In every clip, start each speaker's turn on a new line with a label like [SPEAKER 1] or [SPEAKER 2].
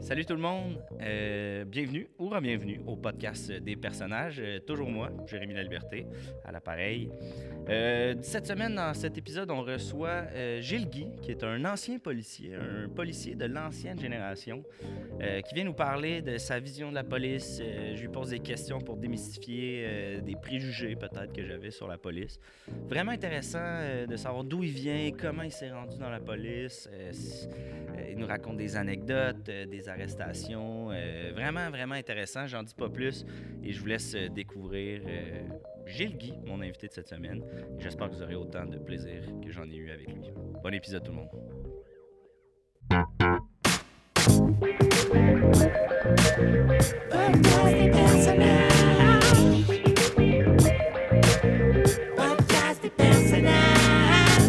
[SPEAKER 1] Salut tout le monde, Euh, bienvenue ou bienvenue au podcast des personnages. Euh, toujours moi, Jérémy Laliberté, à l'appareil. Euh, cette semaine, dans cet épisode, on reçoit euh, Gilles Guy, qui est un ancien policier, un policier de l'ancienne génération, euh, qui vient nous parler de sa vision de la police. Euh, je lui pose des questions pour démystifier euh, des préjugés peut-être que j'avais sur la police. Vraiment intéressant euh, de savoir d'où il vient, comment il s'est rendu dans la police. Euh, s- euh, il nous raconte des anecdotes, euh, des arrestations. euh, vraiment, vraiment intéressant. J'en dis pas plus et je vous laisse euh, découvrir euh, Gilles Guy, mon invité de cette semaine. J'espère que vous aurez autant de plaisir que j'en ai eu avec lui. Bon épisode tout le monde.
[SPEAKER 2] Podcast des personnages. Podcast des personnages.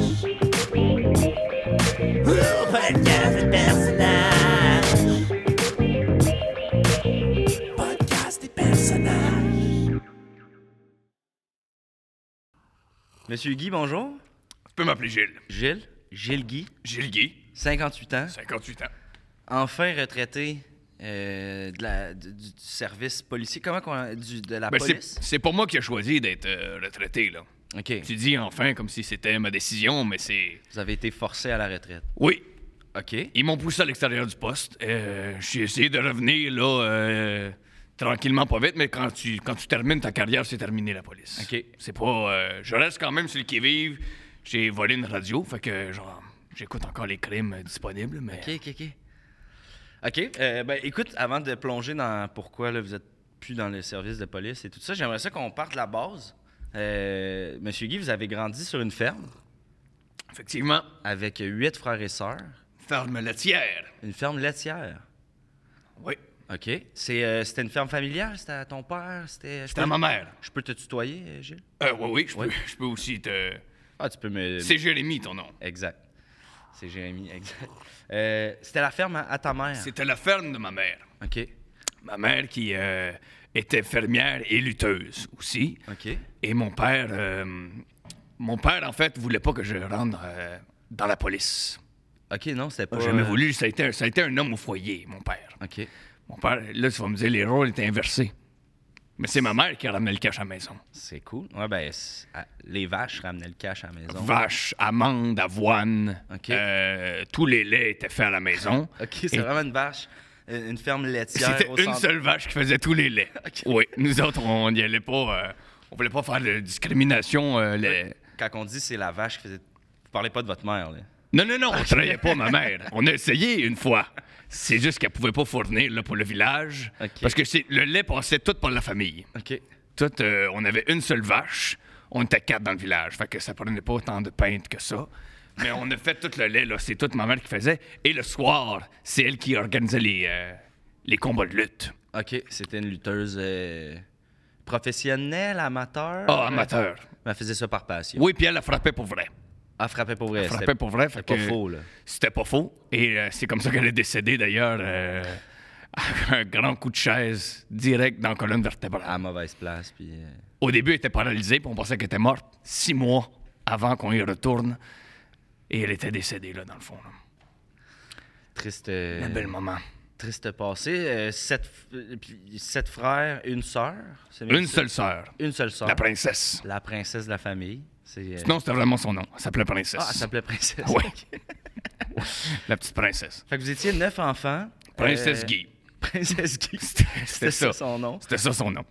[SPEAKER 2] Ouh, podcast des personnages. Podcast des personnages.
[SPEAKER 1] Monsieur Guy, bonjour.
[SPEAKER 3] Tu peux m'appeler Gilles.
[SPEAKER 1] Gilles, Gilles Guy,
[SPEAKER 3] Gilles Guy,
[SPEAKER 1] 58 ans,
[SPEAKER 3] 58 ans.
[SPEAKER 1] enfin retraité euh, de la- du, du service policier. Comment qu'on, du, de la
[SPEAKER 3] Ben, c'est-
[SPEAKER 1] police?
[SPEAKER 3] c'est pour moi qui ai choisi d'être euh, retraité, là.
[SPEAKER 1] OK.
[SPEAKER 3] Tu dis enfin comme si c'était ma décision, mais c'est...
[SPEAKER 1] Vous avez été forcé à la retraite.
[SPEAKER 3] Oui,
[SPEAKER 1] OK.
[SPEAKER 3] ils m'ont poussé à l'extérieur du poste. Euh, J'ai essayé de revenir, là, euh, tranquillement, pas vite, mais quand tu, quand tu termines ta carrière, c'est terminé, la police.
[SPEAKER 1] OK.
[SPEAKER 3] C'est pas... euh, je reste quand même sur le qui-vive. J'ai volé une radio, fait que, genre, j'écoute encore les crimes euh, disponibles, mais...
[SPEAKER 1] OK, OK, OK. OK. euh, ben, écoute, avant de plonger dans pourquoi là, vous êtes plus dans le service de police et tout ça, j'aimerais ça qu'on parte de la base. Euh, Monsieur Guy, vous avez grandi sur une ferme
[SPEAKER 3] Effectivement,
[SPEAKER 1] avec huit frères et sœurs.
[SPEAKER 3] ferme laitière.
[SPEAKER 1] Une ferme laitière.
[SPEAKER 3] Oui,
[SPEAKER 1] OK. C'est, euh, c'était une ferme familiale? C'était à ton père? C'était. je
[SPEAKER 3] c'était à
[SPEAKER 1] peux-
[SPEAKER 3] ma mère.
[SPEAKER 1] Je peux te tutoyer, euh, Gilles?
[SPEAKER 3] Euh, oui, oui, je
[SPEAKER 1] Oui.
[SPEAKER 3] peux, je peux aussi te...
[SPEAKER 1] Ah, tu peux me.
[SPEAKER 3] C'est Jérémy, ton nom.
[SPEAKER 1] Exact. C'est Jérémy, exact. Euh, c'était la ferme à, à ta mère.
[SPEAKER 3] C'était la ferme de ma mère.
[SPEAKER 1] OK.
[SPEAKER 3] Ma mère qui euh, était fermière et lutteuse aussi.
[SPEAKER 1] OK.
[SPEAKER 3] Et mon père, euh, mon père, en fait, voulait pas que je rentre euh, dans la police.
[SPEAKER 1] OK, non, c'était pas.
[SPEAKER 3] J'ai jamais
[SPEAKER 1] euh,
[SPEAKER 3] voulu. Ça a, été, un- ça a été un homme au foyer, mon père.
[SPEAKER 1] OK.
[SPEAKER 3] Mon père, là, tu vas me dire, les rôles étaient inversés. Mais c'est ma mère qui a ramené le cash à la maison.
[SPEAKER 1] C'est cool. Ouais, ben, c'est- à- les vaches ramenaient le cash à la maison.
[SPEAKER 3] Vache, amande, avoine,
[SPEAKER 1] OK.
[SPEAKER 3] euh, tous les laits étaient faits à la maison.
[SPEAKER 1] OK, c'est
[SPEAKER 3] Et
[SPEAKER 1] vraiment une vache, une une ferme laitière.
[SPEAKER 3] C'était
[SPEAKER 1] au
[SPEAKER 3] une
[SPEAKER 1] centre-
[SPEAKER 3] seule vache qui faisait tous les laits.
[SPEAKER 1] Ok.
[SPEAKER 3] Oui, nous autres, on n'y allait pas. euh, on voulait pas faire de discrimination. euh, les-
[SPEAKER 1] Quand on dit c'est la vache qui faisait. Vous parlez pas de votre mère, là.
[SPEAKER 3] Non, non, non, on travaillait pas, ma mère. On a essayé une fois. C'est juste qu'elle pouvait pas fournir là, pour le village.
[SPEAKER 1] Ok.
[SPEAKER 3] Parce que c'est- le lait passait tout par la famille.
[SPEAKER 1] OK.
[SPEAKER 3] Tout, euh, on avait une seule vache. On était quatre dans le village. Fait que ça prenait pas autant de peintes que ça. Mais on a fait tout le lait, là. C'est toute ma mère qui faisait. Et le soir, c'est elle qui organisait les, euh, les combats de lutte.
[SPEAKER 1] OK, c'était une lutteuse euh, professionnelle, amateur.
[SPEAKER 3] Ah, amateur.
[SPEAKER 1] Mais elle faisait ça par passion.
[SPEAKER 3] Oui, puis elle la frappait pour vrai.
[SPEAKER 1] Elle frappait pour vrai.
[SPEAKER 3] Elle
[SPEAKER 1] c'était-
[SPEAKER 3] frappait pour vrai. fait
[SPEAKER 1] C'était pas
[SPEAKER 3] que
[SPEAKER 1] faux, là.
[SPEAKER 3] C'était pas faux. Et euh, c'est comme ça qu'elle est décédée, d'ailleurs. euh, avec un grand coup de chaise direct dans la colonne
[SPEAKER 1] À la
[SPEAKER 3] vertébrale.
[SPEAKER 1] mauvaise place, puis. euh,
[SPEAKER 3] Au début, elle était paralysée, puis on pensait qu'elle était morte six mois avant qu'on y retourne. Et elle était décédée, là, dans le fond. là.
[SPEAKER 1] triste. euh,
[SPEAKER 3] Un bel moment.
[SPEAKER 1] Triste passé. Euh, sept, f- euh, puis sept frères, une sœur. c'est bien
[SPEAKER 3] Une
[SPEAKER 1] ça?
[SPEAKER 3] seule sœur,
[SPEAKER 1] Une seule sœur.
[SPEAKER 3] la princesse.
[SPEAKER 1] La princesse de la famille. C'est. euh,
[SPEAKER 3] Non, c'était vraiment son nom. Elle s'appelait princesse.
[SPEAKER 1] Ah, elle s'appelait princesse.
[SPEAKER 3] Ouais. la petite princesse.
[SPEAKER 1] Fait que vous étiez neuf enfants.
[SPEAKER 3] Princesse
[SPEAKER 1] Euh,
[SPEAKER 3] Guy.
[SPEAKER 1] Princesse Guy. C'était
[SPEAKER 3] C'était
[SPEAKER 1] ça
[SPEAKER 3] ça.
[SPEAKER 1] son nom.
[SPEAKER 3] C'était ça son nom.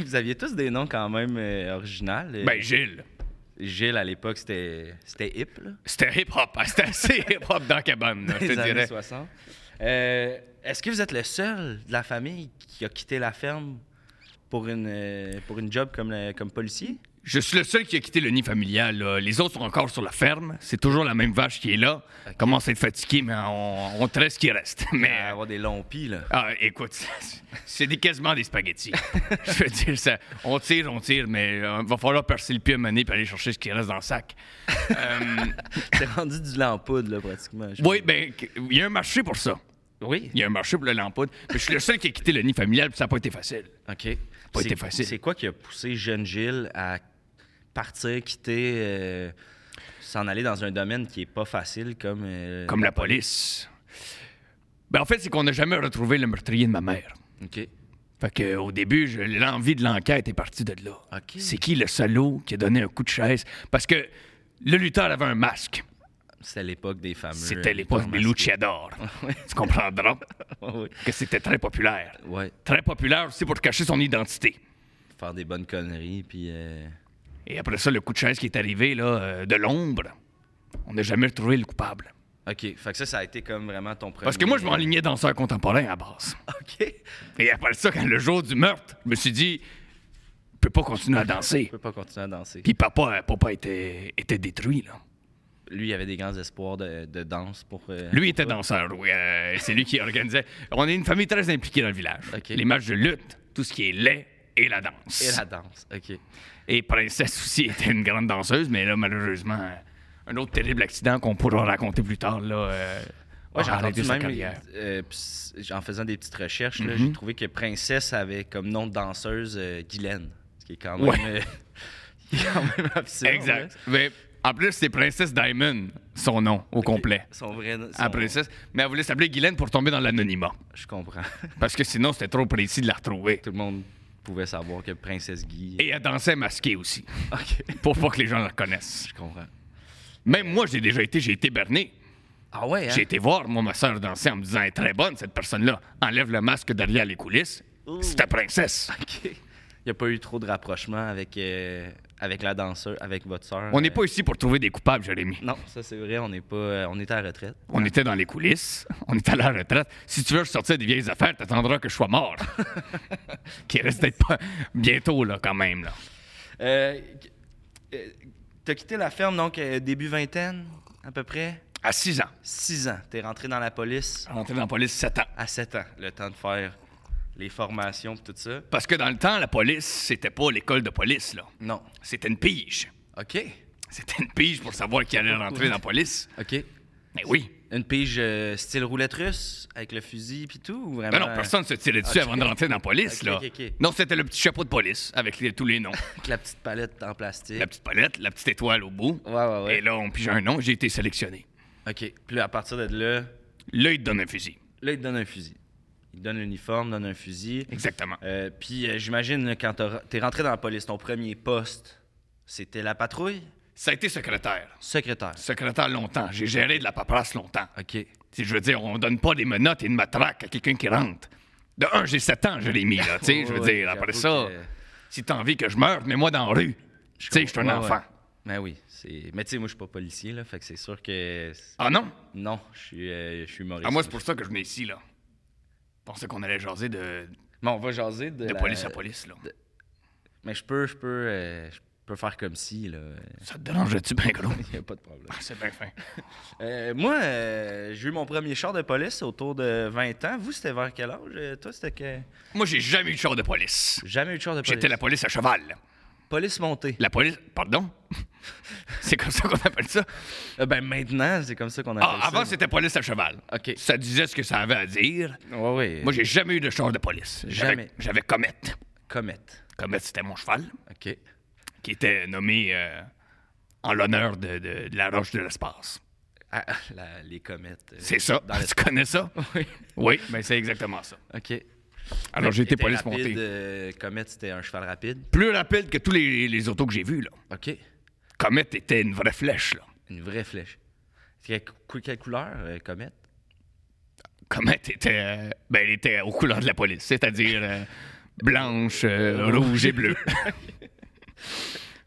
[SPEAKER 1] Vous aviez tous des noms quand même euh, originaux. Euh,
[SPEAKER 3] Ben, Gilles.
[SPEAKER 1] Gilles, à l'époque, c'était c'était hip, là.
[SPEAKER 3] C'était hip-hop. Ah, C'était assez hip-hop dans la cabane, là, je
[SPEAKER 1] Les
[SPEAKER 3] te
[SPEAKER 1] années
[SPEAKER 3] dirais.
[SPEAKER 1] 60. Euh, Est-ce que vous êtes le seul de la famille qui a quitté la ferme pour une, euh, pour une job comme, le- comme policier?
[SPEAKER 3] Je suis le seul qui a quitté le nid familial. là. Les autres sont encore sur la ferme. C'est toujours la même vache qui est là. Commence à être fatigué, mais on, on traite ce qui reste. Mais
[SPEAKER 1] À avoir des longs pis, là.
[SPEAKER 3] ah, écoute, c'est des, quasiment des spaghettis. Je veux dire, ça, on tire, on tire, mais euh, va falloir percer le pied à maner et aller chercher ce qui reste dans le sac. Euh,
[SPEAKER 1] C'est rendu du lampoudre, là, pratiquement. je
[SPEAKER 3] oui, ben, qu- il y a un marché pour ça.
[SPEAKER 1] pense. Oui?
[SPEAKER 3] Il y a un marché pour le lampoudre. Mais je suis le seul qui a quitté le nid familial, puis ça n'a pas été facile.
[SPEAKER 1] OK.
[SPEAKER 3] Pas
[SPEAKER 1] C'est-
[SPEAKER 3] été facile.
[SPEAKER 1] C'est quoi qui a poussé jeune Gilles à partir, quitter, euh, s'en aller dans un domaine qui est pas facile comme... euh,
[SPEAKER 3] Comme la police. Ben, en fait, c'est qu'on n'a jamais retrouvé le meurtrier de ma mère.
[SPEAKER 1] OK.
[SPEAKER 3] Fait que, au début, je- l'envie de l'enquête est partie de là.
[SPEAKER 1] OK.
[SPEAKER 3] C'est qui le salaud qui a donné un coup de chaise? Parce que le lutteur avait un masque.
[SPEAKER 1] C'était l'époque des fameux.
[SPEAKER 3] C'était l'époque des
[SPEAKER 1] masqués.
[SPEAKER 3] luchadors. tu comprendras
[SPEAKER 1] Ouais, ouais.
[SPEAKER 3] que c'était très populaire.
[SPEAKER 1] Ouais,
[SPEAKER 3] Très populaire aussi pour cacher son identité.
[SPEAKER 1] faire des bonnes conneries, puis. euh,
[SPEAKER 3] Et après ça, le coup de chaise qui est arrivé là, euh, de l'ombre, on n'a jamais retrouvé le coupable.
[SPEAKER 1] OK. Fait que ça, ça a été comme vraiment ton premier.
[SPEAKER 3] Parce que moi, je m'enlignais danseur contemporain à la base.
[SPEAKER 1] OK.
[SPEAKER 3] Et après ça, quand le jour du meurtre, je me suis dit, je peux pas continuer à danser.
[SPEAKER 1] Je peux pas continuer à danser.
[SPEAKER 3] Puis papa, euh, papa était, était détruit, là.
[SPEAKER 1] Lui, il avait des grands espoirs de, de danse pour. euh,
[SPEAKER 3] Lui était danseur, oui. euh, c'est lui qui organisait. On est une famille très impliquée dans le village.
[SPEAKER 1] Ok.
[SPEAKER 3] Les matchs de lutte, tout ce qui est lait et la danse.
[SPEAKER 1] Et la danse. OK.
[SPEAKER 3] Et Princesse aussi était une grande danseuse, mais là, malheureusement, euh, un autre terrible accident qu'on pourra raconter plus tard, là. euh,
[SPEAKER 1] Ouais, j'ai
[SPEAKER 3] a
[SPEAKER 1] entendu
[SPEAKER 3] arrêté sa
[SPEAKER 1] même,
[SPEAKER 3] carrière. Mm-hmm.
[SPEAKER 1] euh, pis c- en faisant des petites recherches, là, j'ai trouvé que Princesse avait comme nom de danseuse euh, Guylaine, ce qui est quand même,
[SPEAKER 3] Ouais.
[SPEAKER 1] euh, qui est quand même absurde.
[SPEAKER 3] Exact. Mais en plus, c'est Princesse Diamond, son nom au complet.
[SPEAKER 1] là. Son vrai nom.
[SPEAKER 3] La princesse, mais elle voulait s'appeler Guylaine pour tomber dans l'anonymat.
[SPEAKER 1] Je comprends.
[SPEAKER 3] Parce que sinon, c'était trop précis de la retrouver.
[SPEAKER 1] Tout le monde pouvait savoir que Princesse Guy.
[SPEAKER 3] Et elle dansait masquée aussi,
[SPEAKER 1] OK.
[SPEAKER 3] pour pas que les gens la reconnaissent.
[SPEAKER 1] Je comprends.
[SPEAKER 3] Même moi, j'ai déjà été, j'ai été berné.
[SPEAKER 1] Ah ouais, hein?
[SPEAKER 3] J'ai été voir, moi, ma soeur danser en me disant, elle est très bonne, cette personne-là. Enlève le masque derrière les coulisses. C'est ta princesse.
[SPEAKER 1] OK. Il n'y a pas eu trop de rapprochement avec, euh, avec la danseuse, avec votre sœur.
[SPEAKER 3] On n'est
[SPEAKER 1] euh.
[SPEAKER 3] pas ici pour trouver des coupables, Jérémy.
[SPEAKER 1] Non, ça c'est vrai, on n'est pas. euh, on est à la retraite.
[SPEAKER 3] On était dans les coulisses, on était à la retraite. Si tu veux sortir des vieilles affaires, t'attendras que je sois mort. Qui reste peut-être pas bientôt, là, quand même. Là.
[SPEAKER 1] Euh, euh, T'as quitté la ferme donc euh, début vingtaine, à peu près?
[SPEAKER 3] À 6 ans.
[SPEAKER 1] 6 ans. T'es rentré dans la police
[SPEAKER 3] Rentré dans la police 7 ans.
[SPEAKER 1] à 7 ans. Le temps de faire les formations et tout ça.
[SPEAKER 3] Parce que dans le temps, la police, c'était pas l'école de police, là.
[SPEAKER 1] Non.
[SPEAKER 3] C'était une pige.
[SPEAKER 1] OK.
[SPEAKER 3] C'était une pige pour savoir qui allait rentrer dans la police.
[SPEAKER 1] OK.
[SPEAKER 3] Mais oui.
[SPEAKER 1] Une pige euh, style roulette russe avec le fusil puis tout ou vraiment?
[SPEAKER 3] Ben Non, non, personne se tirait dessus
[SPEAKER 1] Ah, ben, Ok.
[SPEAKER 3] avant de rentrer dans la police,
[SPEAKER 1] Ok,
[SPEAKER 3] là.
[SPEAKER 1] ok, ok.
[SPEAKER 3] Non, c'était le petit chapeau de police avec les- tous les noms.
[SPEAKER 1] Avec la petite palette en plastique.
[SPEAKER 3] la petite palette, la petite étoile au bout.
[SPEAKER 1] Ouais, ouais, ouais.
[SPEAKER 3] Et là, on pige un nom, j'ai été sélectionné.
[SPEAKER 1] OK. Puis là, à partir de là,
[SPEAKER 3] Là, il te donne un fusil.
[SPEAKER 1] là, il te donne un fusil. Il te donne l'uniforme, donne un fusil.
[SPEAKER 3] Exactement.
[SPEAKER 1] Euh, puis euh, j'imagine, là, quand t'as- t'es rentré dans la police, ton premier poste, c'était la patrouille?
[SPEAKER 3] Ça a été secrétaire.
[SPEAKER 1] Secrétaire.
[SPEAKER 3] Secrétaire longtemps. J'ai géré de la paperasse longtemps.
[SPEAKER 1] OK.
[SPEAKER 3] Si je veux dire, on donne pas des menottes et une matraque à quelqu'un qui rentre. De un, j'ai 7 ans, je l'ai mis, là, tu sais, je veux
[SPEAKER 1] Ouais,
[SPEAKER 3] dire, après ça,
[SPEAKER 1] j'avoue que-
[SPEAKER 3] si t'as envie que je meure, mets-moi dans la rue. Tu sais, je suis un
[SPEAKER 1] Ouais,
[SPEAKER 3] enfant.
[SPEAKER 1] ouais. Ben oui. c'est- Mais tu sais, moi, je suis pas policier, là. Fait que c'est sûr que. c'est-
[SPEAKER 3] Ah non?
[SPEAKER 1] Non, je suis, euh, je suis humoriste.
[SPEAKER 3] Ah, moi, c'est pour ça que je venais ici, là. Je pensais qu'on allait jaser de,
[SPEAKER 1] Mais on va jaser de.
[SPEAKER 3] de
[SPEAKER 1] la-
[SPEAKER 3] police à police, là.
[SPEAKER 1] Mais je peux, je peux, euh, je peux faire comme si, là.
[SPEAKER 3] Ça te dérange-tu bien gros?
[SPEAKER 1] Il n'y a pas de problème.
[SPEAKER 3] Ah, c'est bien fin.
[SPEAKER 1] Euh, moi, euh, j'ai eu mon premier char de police autour de 20 ans. Vous, c'était vers quel âge? Euh, Toi, c'était que.
[SPEAKER 3] Moi, j'ai jamais eu de char de police.
[SPEAKER 1] Jamais eu de char de police.
[SPEAKER 3] J'étais la police à cheval.
[SPEAKER 1] police montée.
[SPEAKER 3] La police... Pardon? c'est comme ça qu'on appelle ça?
[SPEAKER 1] Euh, ben maintenant, c'est comme ça qu'on appelle
[SPEAKER 3] Ah,
[SPEAKER 1] ça.
[SPEAKER 3] avant, c'était police à cheval.
[SPEAKER 1] OK.
[SPEAKER 3] Ça disait ce que ça avait à dire.
[SPEAKER 1] Ouais, ouais.
[SPEAKER 3] Moi, j'ai jamais eu de char de police. J'avais-
[SPEAKER 1] Jamais.
[SPEAKER 3] J'avais Comète.
[SPEAKER 1] Comète.
[SPEAKER 3] Comète, c'était mon cheval,
[SPEAKER 1] OK.
[SPEAKER 3] qui était nommé euh, en l'honneur de, de- de la roche de l'espace.
[SPEAKER 1] Ah, la- les comètes. euh,
[SPEAKER 3] C'est ça.
[SPEAKER 1] Dans le-
[SPEAKER 3] Tu connais ça?
[SPEAKER 1] Oui.
[SPEAKER 3] Oui, mais c'est exactement ça.
[SPEAKER 1] OK.
[SPEAKER 3] Alors, j'ai été
[SPEAKER 1] Était
[SPEAKER 3] police
[SPEAKER 1] rapide,
[SPEAKER 3] montée.
[SPEAKER 1] euh, Comet, c'était un cheval rapide.
[SPEAKER 3] Plus rapide que tous les, les autos que j'ai vus, là.
[SPEAKER 1] OK.
[SPEAKER 3] Comète était une vraie flèche, là.
[SPEAKER 1] Une vraie flèche. Quelle, cou- quelle couleur, euh, Comet?
[SPEAKER 3] Comète était... euh, ben, elle était aux couleurs de la police, c'est-à-dire euh, blanche, euh, rouge et bleu.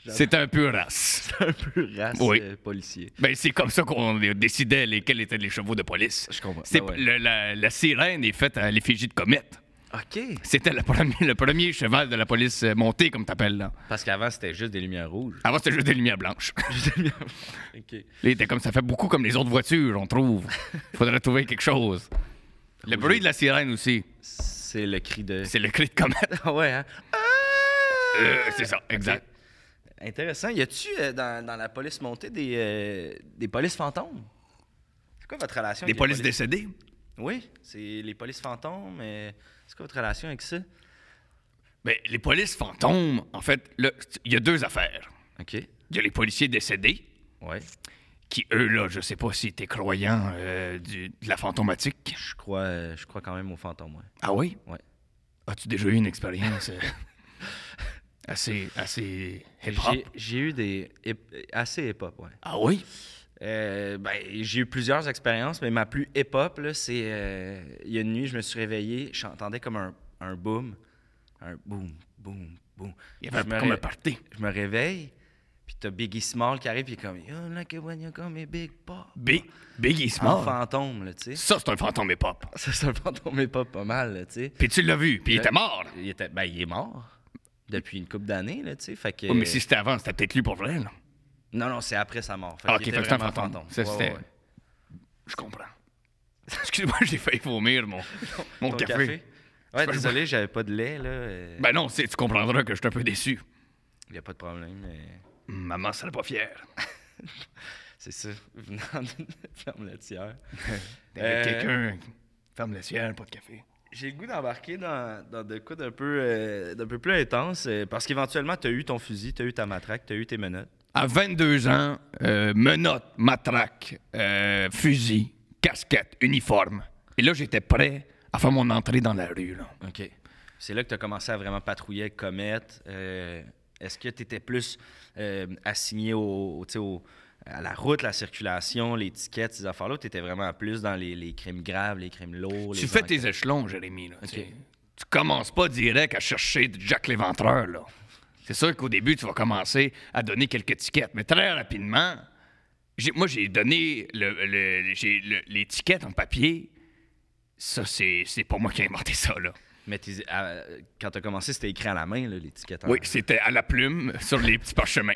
[SPEAKER 3] c'est un peu race.
[SPEAKER 1] un peu race
[SPEAKER 3] Oui.
[SPEAKER 1] euh, policier.
[SPEAKER 3] Ben, c'est comme ça qu'on décidait lesquels étaient les chevaux de police.
[SPEAKER 1] Je comprends.
[SPEAKER 3] C'est-
[SPEAKER 1] Ben ouais.
[SPEAKER 3] le- la, la sirène est faite à l'effigie de comète.
[SPEAKER 1] OK.
[SPEAKER 3] C'était le premier, le premier cheval de la police euh, monté, comme t'appelles là.
[SPEAKER 1] Parce qu'avant, c'était juste des lumières rouges.
[SPEAKER 3] Avant, c'était juste des lumières blanches.
[SPEAKER 1] OK.
[SPEAKER 3] Là, il était comme ça fait beaucoup comme les autres voitures, on trouve. Faudrait trouver quelque chose. Le bruit de la sirène aussi,
[SPEAKER 1] C'est le cri de...
[SPEAKER 3] c'est le cri de comète.
[SPEAKER 1] Ah ouais, hein?
[SPEAKER 3] Euh, c'est ça, exact.
[SPEAKER 1] Intéressant. Y a-tu euh, dans, dans la police montée des, euh, des polices fantômes? C'est quoi votre relation
[SPEAKER 3] Des
[SPEAKER 1] avec les
[SPEAKER 3] polices décédées?
[SPEAKER 1] Oui, c'est les polices fantômes. Mais c'est quoi votre relation avec ça?
[SPEAKER 3] Ben, les polices fantômes, en fait, là, il y a deux affaires.
[SPEAKER 1] OK.
[SPEAKER 3] Il y a les policiers décédés
[SPEAKER 1] Ouais.
[SPEAKER 3] qui, eux, là, je sais pas si t'es croyant euh, du- de la fantomatique.
[SPEAKER 1] Je crois, euh, je crois quand même aux fantômes. ouais.
[SPEAKER 3] Ah oui?
[SPEAKER 1] Ouais.
[SPEAKER 3] As-tu déjà eu une expérience euh, assez, assez hip-hop?
[SPEAKER 1] J'ai- J'ai eu des. hip- assez hip-hop, ouais.
[SPEAKER 3] Ah oui?
[SPEAKER 1] Euh, ben, j'ai eu plusieurs expériences, mais ma plus hip-hop, là, c'est. euh, Il y a une nuit, je me suis réveillé, j'entendais comme un, un boom. Un boom, boom, boom.
[SPEAKER 3] Il y avait
[SPEAKER 1] Je me
[SPEAKER 3] comme un
[SPEAKER 1] ré-
[SPEAKER 3] party.
[SPEAKER 1] Je me réveille, puis t'as Biggie Small qui arrive, puis il est comme. You're like it when you call me Big Pop.
[SPEAKER 3] Big, Biggie
[SPEAKER 1] Un
[SPEAKER 3] Small.
[SPEAKER 1] fantôme, là, tu sais.
[SPEAKER 3] Ça, c'est un fantôme hip-hop.
[SPEAKER 1] Ça, c'est un fantôme hip-hop pas mal, là, tu sais.
[SPEAKER 3] Puis tu l'as vu, puis il était mort.
[SPEAKER 1] Il, était, ben, il est mort depuis une couple d'années, là, tu sais. Fait que.
[SPEAKER 3] Oh, mais si c'était avant, c'était peut-être lui pour vrai, là.
[SPEAKER 1] Non, non, c'est après sa mort. Fait
[SPEAKER 3] Ah,
[SPEAKER 1] qu'il
[SPEAKER 3] ok,
[SPEAKER 1] était
[SPEAKER 3] fait que c'est un
[SPEAKER 1] vraiment
[SPEAKER 3] fantôme. Ça,
[SPEAKER 1] Ouais,
[SPEAKER 3] c'était-
[SPEAKER 1] ouais, ouais.
[SPEAKER 3] Je comprends. Excuse-moi, j'ai failli vomir mon, mon
[SPEAKER 1] Ton
[SPEAKER 3] café.
[SPEAKER 1] Ouais,
[SPEAKER 3] peux le
[SPEAKER 1] désolé, j'avais pas de lait, là. euh,
[SPEAKER 3] Ben non, c'est- tu comprendras que je suis un peu déçu.
[SPEAKER 1] Il n'y a pas de problème. mais
[SPEAKER 3] Maman serait pas fière.
[SPEAKER 1] C'est ça. Venant d'une ferme laitière.
[SPEAKER 3] Avec
[SPEAKER 1] Euh,
[SPEAKER 3] Quelqu'un qui ferme le ciel, pas de café.
[SPEAKER 1] J'ai le goût d'embarquer dans, dans des coups d'un peu, euh, d'un peu plus intense euh, parce qu'éventuellement, tu as eu ton fusil, tu as eu ta matraque, tu as eu tes menottes.
[SPEAKER 3] À 22 ans, euh, menottes, matraque, euh, fusil, casquette, uniforme. Et là, j'étais prêt à faire mon entrée dans la rue. Là.
[SPEAKER 1] OK. C'est là que tu as commencé à vraiment patrouiller avec Comet. Euh, Est-ce que tu étais plus euh, assigné au, au- tu sais, au- à la route, la circulation, les tickets, ces affaires-là, tu étais vraiment plus dans les, les crimes graves, les crimes lourds?
[SPEAKER 3] Tu
[SPEAKER 1] les
[SPEAKER 3] fais
[SPEAKER 1] enquêtes?
[SPEAKER 3] tes échelons, Jérémy. Là, tu sais. Tu commences pas direct à chercher Jack l'Éventreur. Là. C'est sûr qu'au début, tu vas commencer à donner quelques étiquettes, mais très rapidement, j'ai- moi, j'ai donné le, le- j'ai le- l'étiquette en papier. Ça, c'est, c'est pas moi qui ai inventé ça. Là.
[SPEAKER 1] Mais t'es- à- quand tu as commencé, c'était écrit à la main, là, l'étiquette. en-
[SPEAKER 3] Oui, c'était à la plume sur les petits parchemins.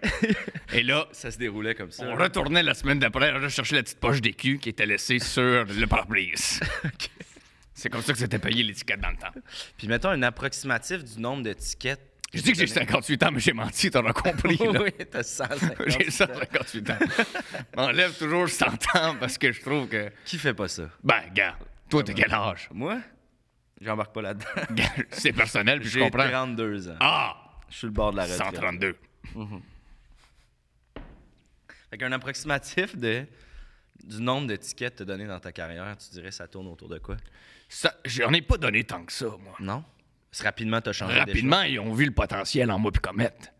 [SPEAKER 3] Et là,
[SPEAKER 1] Ça se déroulait comme ça.
[SPEAKER 3] On
[SPEAKER 1] là.
[SPEAKER 3] retournait la semaine d'après rechercher la petite poche d'écu qui était laissée sur le pare-brise. C'est comme ça que c'était payé l'étiquette dans le temps.
[SPEAKER 1] Puis mettons un approximatif du nombre de tickets.
[SPEAKER 3] Je dis que j'ai 58 ans, mais j'ai menti, t'auras compris. là.
[SPEAKER 1] oui, t'as 150.
[SPEAKER 3] J'ai 158 ans. M'enlève toujours 100 ans parce que je trouve que.
[SPEAKER 1] Qui fait pas ça?
[SPEAKER 3] Ben, gars, toi, t'es quel âge?
[SPEAKER 1] Moi? J'embarque pas là-dedans.
[SPEAKER 3] Gars, C'est personnel, puis je
[SPEAKER 1] J'ai
[SPEAKER 3] comprends.
[SPEAKER 1] 32 ans.
[SPEAKER 3] Ah!
[SPEAKER 1] Je suis le bord de la retraite.
[SPEAKER 3] 132.
[SPEAKER 1] Fait qu'un approximatif de, du nombre de tickets que t'as donné dans ta carrière, tu dirais ça tourne autour de quoi?
[SPEAKER 3] Ça, J'en ai pas donné tant que ça, moi.
[SPEAKER 1] Non? Parce que Rapidement, t'as changé
[SPEAKER 3] Rapidement, ils ont vu le potentiel en moi puis Comète.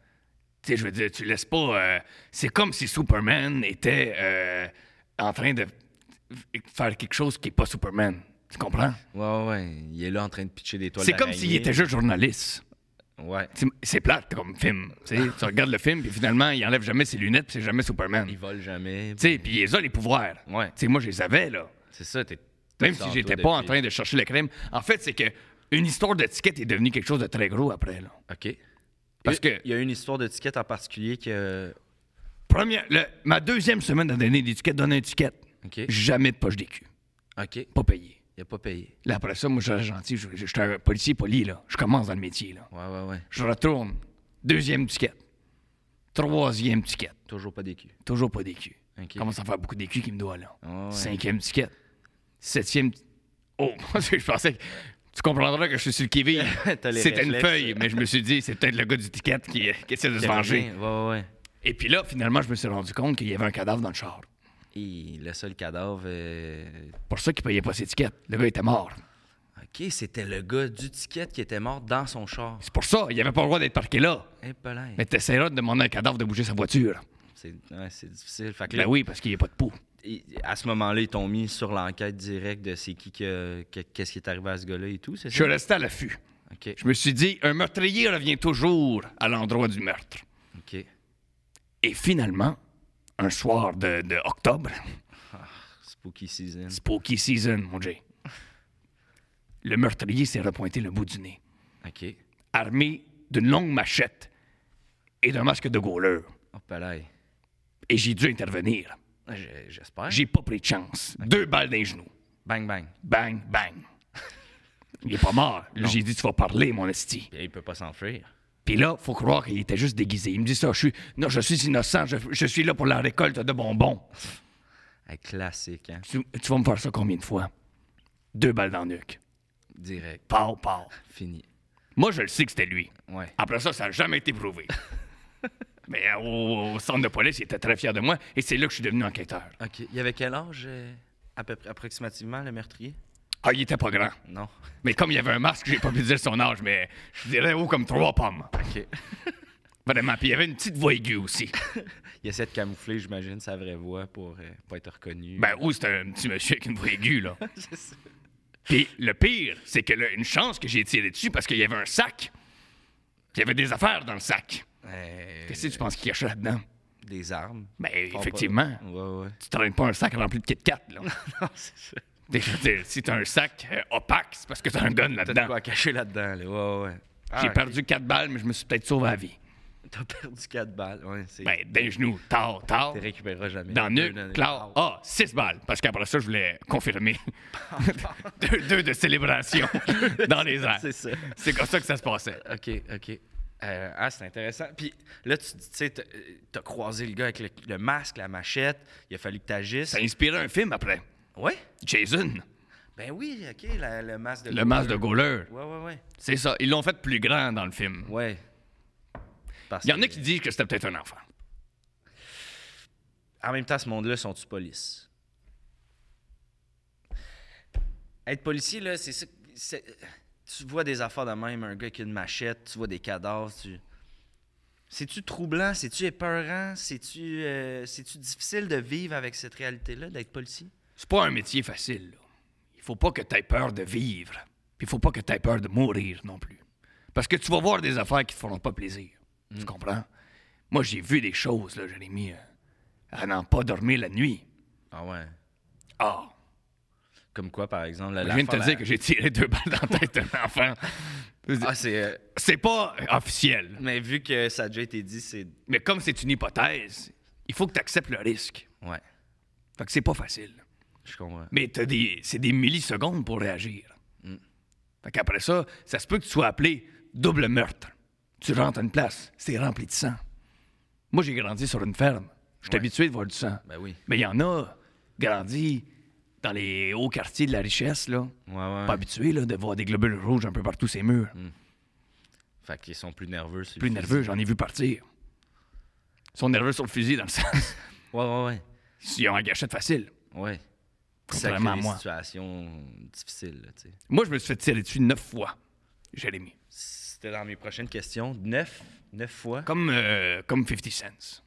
[SPEAKER 3] Tu sais, je veux dire, tu laisses pas. euh, c'est comme si Superman était euh, en train de f- faire quelque chose qui est pas Superman. Tu comprends?
[SPEAKER 1] déjà. Ouais, ouais. Il est là en train de pitcher des toiles
[SPEAKER 3] C'est comme
[SPEAKER 1] d'araignée.
[SPEAKER 3] s'il était juste journaliste.
[SPEAKER 1] Ouais.
[SPEAKER 3] Tu sais, C'est plate comme film. Tu sais, tu regardes le film, puis finalement, il enlève jamais ses lunettes, puis c'est jamais Superman.
[SPEAKER 1] Il
[SPEAKER 3] Tu
[SPEAKER 1] vole jamais.
[SPEAKER 3] sais, puis il a les pouvoirs.
[SPEAKER 1] Ouais.
[SPEAKER 3] Tu sais, moi, je les avais, là.
[SPEAKER 1] C'est ça, t'es...
[SPEAKER 3] Même
[SPEAKER 1] t'es
[SPEAKER 3] si
[SPEAKER 1] en
[SPEAKER 3] j'étais
[SPEAKER 1] toi
[SPEAKER 3] pas en
[SPEAKER 1] depuis-
[SPEAKER 3] train de chercher le crime. En fait, c'est que une histoire d'étiquette est devenue quelque chose de très gros après, là.
[SPEAKER 1] OK.
[SPEAKER 3] Parce
[SPEAKER 1] Il y a-
[SPEAKER 3] que-
[SPEAKER 1] Il y a une histoire de ticket en particulier que.
[SPEAKER 3] Première, le- ma deuxième semaine de donner d'étiquette, donner étiquette.
[SPEAKER 1] OK.
[SPEAKER 3] Jamais de poche d'écu.
[SPEAKER 1] OK. Il
[SPEAKER 3] Pas payé.
[SPEAKER 1] n'a pas payé.
[SPEAKER 3] Là, après ça, moi, je suis gentil. Je je suis un policier poli, là. Je commence dans le métier, là.
[SPEAKER 1] Ouais, ouais, ouais.
[SPEAKER 3] Je retourne. Deuxième étiquette. Troisième étiquette.
[SPEAKER 1] Toujours pas d'écu.
[SPEAKER 3] Toujours pas d'écu.
[SPEAKER 1] OK.
[SPEAKER 3] Commence à faire beaucoup d'écu qui me doit, là.
[SPEAKER 1] Ah ouais.
[SPEAKER 3] Cinquième étiquette. Septième. Oh, je pensais que. Tu comprendras que je suis sur le qui
[SPEAKER 1] T'as les
[SPEAKER 3] C'était une
[SPEAKER 1] réflexes.
[SPEAKER 3] feuille, mais je me suis dit, c'est peut-être le gars du ticket qui, euh, qui essaie de se venger.
[SPEAKER 1] Ouais, ouais, ouais.
[SPEAKER 3] Et puis là, finalement, je me suis rendu compte qu'il y avait un cadavre dans le char.
[SPEAKER 1] Il laissait le cadavre. euh,
[SPEAKER 3] Pour ça qu'il payait pas ses tickets. Le gars était mort.
[SPEAKER 1] OK, c'était le gars du ticket qui était mort dans son char.
[SPEAKER 3] C'est pour ça, il avait pas le droit d'être parqué là.
[SPEAKER 1] Hey, Paulin.
[SPEAKER 3] Mais t'essaieras de demander à un cadavre de bouger sa voiture.
[SPEAKER 1] C'est ouais, c'est difficile. Fait que là,
[SPEAKER 3] Ben oui, parce qu'il n'y a pas de poux.
[SPEAKER 1] il- à ce moment-là, ils t'ont mis sur l'enquête directe de c'est qui que. que- Qu'est-ce qui est arrivé à ce gars-là et tout, c'est
[SPEAKER 3] Je suis
[SPEAKER 1] ça?
[SPEAKER 3] resté à l'affût.
[SPEAKER 1] OK.
[SPEAKER 3] Je me suis dit, un meurtrier revient toujours à l'endroit du meurtre.
[SPEAKER 1] OK.
[SPEAKER 3] Et finalement, un soir de, de octobre,
[SPEAKER 1] Spooky season.
[SPEAKER 3] spooky season, mon Jay, le meurtrier s'est repointé le bout du nez,
[SPEAKER 1] OK.
[SPEAKER 3] armé d'une longue machette et d'un masque de gauleur.
[SPEAKER 1] Oh, Palais.
[SPEAKER 3] Et j'ai dû intervenir.
[SPEAKER 1] J'espère.
[SPEAKER 3] J'ai pas pris de chance. Deux balles d'un genou.
[SPEAKER 1] Bang, bang.
[SPEAKER 3] Bang, bang. Il est pas mort. Là, j'ai dit, tu vas parler, mon esti.
[SPEAKER 1] Puis là, il peut pas s'enfuir.
[SPEAKER 3] Puis là, faut croire qu'il était juste déguisé. Il me dit ça, je suis, non, je suis innocent, je, je suis là pour la récolte de bonbons.
[SPEAKER 1] Hey, classique, hein?
[SPEAKER 3] Tu, tu vas me faire ça combien de fois? Deux balles dans le nuque.
[SPEAKER 1] Direct.
[SPEAKER 3] Pow, pow.
[SPEAKER 1] Fini.
[SPEAKER 3] Moi, je le sais que c'était lui.
[SPEAKER 1] Ouais.
[SPEAKER 3] Après ça, ça n'a jamais été prouvé. Mais euh, au, au centre de police, il était très fier de moi et c'est là que je suis devenu enquêteur.
[SPEAKER 1] OK. Il avait quel âge, euh, à peu près, approximativement, le meurtrier?
[SPEAKER 3] Ah, il était pas grand.
[SPEAKER 1] Non.
[SPEAKER 3] Mais comme il y avait un masque, j'ai pas pu dire son âge, mais je dirais haut comme trois pommes.
[SPEAKER 1] OK.
[SPEAKER 3] Vraiment. Puis il y avait une petite voix aiguë aussi.
[SPEAKER 1] Il essaie de camoufler, j'imagine, sa vraie voix pour euh, pas être reconnu.
[SPEAKER 3] Ben, ou c'était un petit monsieur avec une voix aiguë, là.
[SPEAKER 1] C'est ça.
[SPEAKER 3] Puis le pire, c'est que là, une chance que j'ai tiré dessus parce qu'il y avait un sac. Il y avait des affaires dans le sac.
[SPEAKER 1] Euh,
[SPEAKER 3] Qu'est-ce que tu penses qu'il cachait là-dedans?
[SPEAKER 1] Des armes.
[SPEAKER 3] Ben,
[SPEAKER 1] Comprends-
[SPEAKER 3] effectivement,
[SPEAKER 1] Ouais, ouais.
[SPEAKER 3] tu traînes pas un sac rempli de Kit Kat, là.
[SPEAKER 1] non, c'est ça.
[SPEAKER 3] Je veux dire, si t'as un sac euh, opaque, c'est parce que t'as un gun
[SPEAKER 1] T'as de
[SPEAKER 3] là-dedans.
[SPEAKER 1] quoi à cacher là-dedans, là. Ouais, ouais. Ah,
[SPEAKER 3] J'ai
[SPEAKER 1] ok.
[SPEAKER 3] perdu quatre balles, mais je me suis peut-être sauvé la vie.
[SPEAKER 1] T'as perdu 4 balles. Ouais, c'est.
[SPEAKER 3] Ben, d'un genou, tard, tard.
[SPEAKER 1] T'es récupéreras jamais.
[SPEAKER 3] Dans
[SPEAKER 1] Deux,
[SPEAKER 3] nul,
[SPEAKER 1] deux,
[SPEAKER 3] clair. Ah, six balles. Parce qu'après ça, je voulais confirmer. deux, deux de célébration dans les airs.
[SPEAKER 1] C'est ça.
[SPEAKER 3] C'est comme ça que ça se passait.
[SPEAKER 1] OK, OK. Euh, ah, c'est intéressant. Puis là, tu tu sais, t'as- euh, t'as croisé le gars avec le, le masque, la machette. Il a fallu que t'agisses.
[SPEAKER 3] Ça a inspiré un film après.
[SPEAKER 1] Ouais?
[SPEAKER 3] Jason,
[SPEAKER 1] Ben oui, OK, la- le masque de...
[SPEAKER 3] le masque de Gauler.
[SPEAKER 1] Ouais, ouais, ouais.
[SPEAKER 3] C'est ça. Ils l'ont fait plus grand dans le film.
[SPEAKER 1] Ouais. Parce
[SPEAKER 3] Il y en
[SPEAKER 1] que-
[SPEAKER 3] a qui disent que c'était peut-être un enfant.
[SPEAKER 1] En même temps, ce monde-là, sont-tu police? Être policier, là, c'est ça... c'est- Tu vois des affaires de même, un gars qui a une machette, tu vois des cadavres, tu... C'est-tu troublant? C'est-tu épeurant? C'est-tu euh, c'est-tu difficile de vivre avec cette réalité-là, d'être policier?
[SPEAKER 3] C'est pas un métier facile. là. Il faut pas que tu aies peur de vivre. Puis il faut pas que tu aies peur de mourir non plus. Parce que tu vas voir des affaires qui te feront pas plaisir.
[SPEAKER 1] Mm.
[SPEAKER 3] Tu comprends? Moi, j'ai vu des choses, là, Jérémy, euh, à n'en pas dormir la nuit.
[SPEAKER 1] Ah ouais.
[SPEAKER 3] Ah!
[SPEAKER 1] Comme quoi, par exemple? La,
[SPEAKER 3] je viens de te dire que j'ai tiré deux balles dans la tête d'un enfant.
[SPEAKER 1] Ah, c'est... euh,
[SPEAKER 3] C'est pas officiel.
[SPEAKER 1] Mais vu que ça a déjà été dit, c'est...
[SPEAKER 3] Mais comme c'est une hypothèse, il faut que tu acceptes le risque.
[SPEAKER 1] Ouais,
[SPEAKER 3] Fait que c'est pas facile.
[SPEAKER 1] je comprends.
[SPEAKER 3] Mais t'as des, c'est des millisecondes pour réagir.
[SPEAKER 1] Hmm.
[SPEAKER 3] Fait qu'après ça, ça se peut que tu sois appelé double meurtre. Tu rentres à une place, c'est rempli de sang. Moi, j'ai grandi sur une ferme. Je suis habitué de voir du sang.
[SPEAKER 1] Ben oui.
[SPEAKER 3] Mais il y en a, grandi dans les hauts quartiers de la richesse, là.
[SPEAKER 1] Ouais, ouais. Hmm.
[SPEAKER 3] Pas habitué là, de voir des globules rouges un peu partout ces murs.
[SPEAKER 1] Fait qu'ils sont plus nerveux. sur le
[SPEAKER 3] Plus
[SPEAKER 1] fusil.
[SPEAKER 3] nerveux, j'en ai vu partir. Ils sont nerveux sur le fusil, dans le sens.
[SPEAKER 1] Ouais, ouais, ouais.
[SPEAKER 3] Ils ont un gâchette facile.
[SPEAKER 1] Ouais. Ça crée
[SPEAKER 3] Contrairement à
[SPEAKER 1] des
[SPEAKER 3] moi.
[SPEAKER 1] situations difficiles, là, tu sais.
[SPEAKER 3] Moi, je me suis fait tirer dessus neuf fois, Jérémy.
[SPEAKER 1] C'était dans mes prochaines questions. Neuf, neuf fois.
[SPEAKER 3] Comme, euh, comme 50 Cent.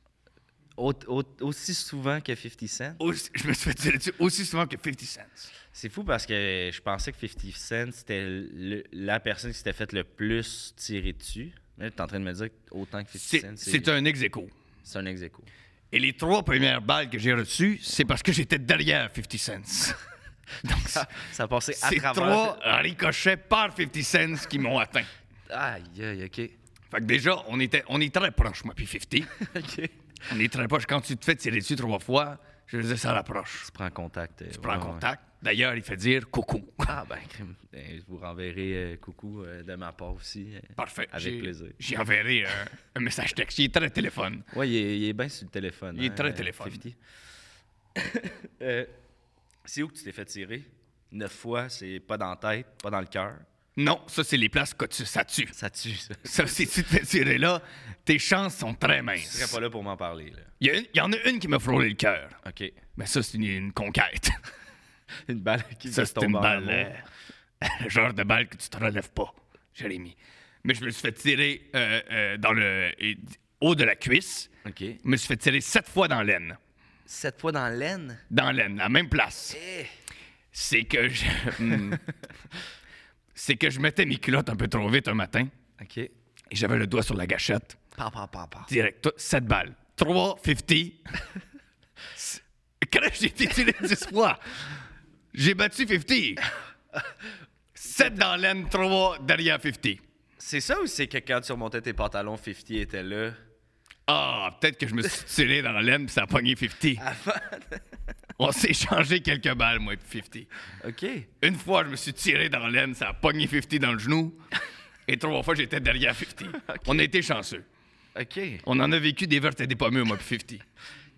[SPEAKER 1] Au- au- aussi souvent que 50 Cent.
[SPEAKER 3] Aussi- je me suis fait tirer dessus aussi souvent que 50 Cent.
[SPEAKER 1] C'est fou parce que je pensais que 50 Cent, c'était le- la personne qui s'était faite le plus tirer dessus. Mais là, t'es en train de me dire que autant que 50 Cent,
[SPEAKER 3] C'est- C'est un ex aequo.
[SPEAKER 1] c'est un ex aequo.
[SPEAKER 3] Et les trois premières balles que j'ai reçues, c'est parce que j'étais derrière 50 Cent. Donc, c'est-
[SPEAKER 1] Ça a passé à
[SPEAKER 3] c'est
[SPEAKER 1] travers.
[SPEAKER 3] trois ricochets par 50 Cent qui m'ont atteint.
[SPEAKER 1] Aïe, aïe, OK.
[SPEAKER 3] Fait que déjà, on, était, on est très proche, moi, puis 50.
[SPEAKER 1] OK.
[SPEAKER 3] On est très proche. Quand tu te fais tirer dessus trois fois, je veux dire, ça rapproche.
[SPEAKER 1] Tu prends contact. euh,
[SPEAKER 3] Tu prends
[SPEAKER 1] ouais, ouais.
[SPEAKER 3] contact. D'ailleurs, il fait dire coucou.
[SPEAKER 1] Ah ben, crime. Ben, je vous renverrai euh, coucou euh, de ma part aussi. euh,
[SPEAKER 3] Parfait.
[SPEAKER 1] Avec
[SPEAKER 3] J'ai-
[SPEAKER 1] plaisir.
[SPEAKER 3] J'y enverrai euh, un message texte. Il est très téléphone.
[SPEAKER 1] Oui, il est, il est bien sur le téléphone.
[SPEAKER 3] Il est
[SPEAKER 1] hein,
[SPEAKER 3] très
[SPEAKER 1] euh,
[SPEAKER 3] téléphone.
[SPEAKER 1] 50. Euh, c'est où que tu t'es fait tirer? Neuf fois, c'est pas dans la tête, pas dans le cœur.
[SPEAKER 3] Non, ça, c'est les places que tu, ça tue.
[SPEAKER 1] Ça tue, ça.
[SPEAKER 3] Ça, si tu te fais tirer là, tes chances sont très
[SPEAKER 1] Tu serais
[SPEAKER 3] minces.
[SPEAKER 1] pas là pour m'en parler, là.
[SPEAKER 3] Il y, a une- il y en a une qui m'a frôlé le cœur.
[SPEAKER 1] OK.
[SPEAKER 3] Mais ça, c'est une, une conquête.
[SPEAKER 1] Une balle qui
[SPEAKER 3] Ça,
[SPEAKER 1] te
[SPEAKER 3] c'est
[SPEAKER 1] tombe
[SPEAKER 3] une
[SPEAKER 1] en
[SPEAKER 3] balle.
[SPEAKER 1] amour.
[SPEAKER 3] euh, le genre de balle que tu te relèves pas, Jérémy. Mais je me suis fait tirer euh, euh, dans le et- haut de la cuisse.
[SPEAKER 1] OK.
[SPEAKER 3] Je me suis fait tirer sept fois dans l'aine.
[SPEAKER 1] Sept fois dans l'aine?
[SPEAKER 3] Dans l'aine, la même place.
[SPEAKER 1] Eh!
[SPEAKER 3] C'est que je. Hmm. c'est que je mettais mes culottes un peu trop vite un matin
[SPEAKER 1] OK.
[SPEAKER 3] et j'avais le doigt sur la gâchette.
[SPEAKER 1] Pa, pa, pa, pa.
[SPEAKER 3] direct, 7 balles. 3,50. C'est- Crèche, j'ai été tiré 10 fois. J'ai battu 50. 7 dans l'aine, 3 derrière 50.
[SPEAKER 1] C'est ça ou c'est que quand tu remontais tes pantalons, 50 était là?
[SPEAKER 3] Ah, peut-être que je me suis tiré dans l'aine puis ça a pogné 50. On s'est changé quelques balles, moi, et puis 50.
[SPEAKER 1] OK.
[SPEAKER 3] Une fois, je me suis tiré dans l'aine, ça a pogné 50 dans le genou. Et trois fois, j'étais derrière 50. On a été chanceux.
[SPEAKER 1] OK.
[SPEAKER 3] On en a vécu des vertes et des pommes, moi, puis 50.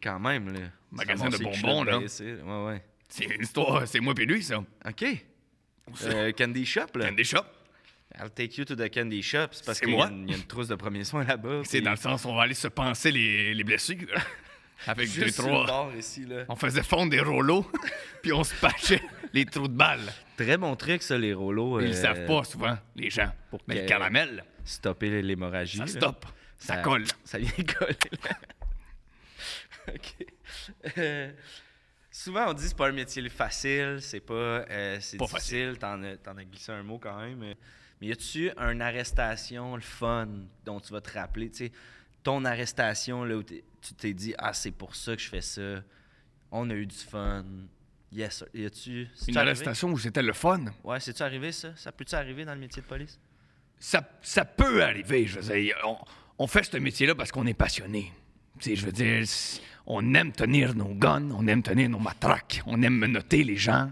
[SPEAKER 1] Quand même, là.
[SPEAKER 3] Magasin de
[SPEAKER 1] Ramasser les
[SPEAKER 3] bonbons,
[SPEAKER 1] culottes
[SPEAKER 3] là.
[SPEAKER 1] baissées. Ouais, ouais.
[SPEAKER 3] C'est une histoire, c'est moi puis lui, ça.
[SPEAKER 1] OK. Euh, candy Shop, là.
[SPEAKER 3] Candy Shop.
[SPEAKER 1] I'll take you to the candy shop. C'est parce
[SPEAKER 3] C'est
[SPEAKER 1] qu'il y, a
[SPEAKER 3] moi.
[SPEAKER 1] une- il y a une trousse de premiers soins là-bas.
[SPEAKER 3] C'est
[SPEAKER 1] puis
[SPEAKER 3] dans le sens où on va aller se panser les, les blessures. Avec
[SPEAKER 1] juste
[SPEAKER 3] deux,
[SPEAKER 1] sur le
[SPEAKER 3] trois.
[SPEAKER 1] bord ici, là.
[SPEAKER 3] On faisait fondre des rouleaux, puis on se patchait les trous de balles.
[SPEAKER 1] Très bon truc, ça, les rouleaux.
[SPEAKER 3] Ils le
[SPEAKER 1] euh,
[SPEAKER 3] savent pas souvent, les gens.
[SPEAKER 1] pour
[SPEAKER 3] Mais le
[SPEAKER 1] que-
[SPEAKER 3] caramel,
[SPEAKER 1] Stopper l'hémorragie.
[SPEAKER 3] ça
[SPEAKER 1] là.
[SPEAKER 3] stoppe, ça, colle.
[SPEAKER 1] Ça vient coller, là. OK. Euh, souvent, on dit c'est pas un métier facile, c'est pas... euh, c'est
[SPEAKER 3] Pas
[SPEAKER 1] difficile, t'en as, t'en as glissé un mot quand même. euh. Mais y a-tu une arrestation, le fun, dont tu vas te rappeler, tu sais, ton arrestation, là, où t'es- tu t'es dit « Ah, c'est pour ça que je fais ça. On a eu du fun. » Yes, sir. Y a-tu... c'est-tu
[SPEAKER 3] Une
[SPEAKER 1] arrivé?
[SPEAKER 3] arrestation où c'était le fun.
[SPEAKER 1] Ouais, c'est-tu arrivé, ça? Ça peut-tu arriver dans le métier de police?
[SPEAKER 3] Ça, ça peut arriver, je veux dire. On, on fait ce métier-là parce qu'on est passionné. Tu sais, je veux dire, c- on aime tenir nos guns, on aime tenir nos matraques, on aime menotter les gens.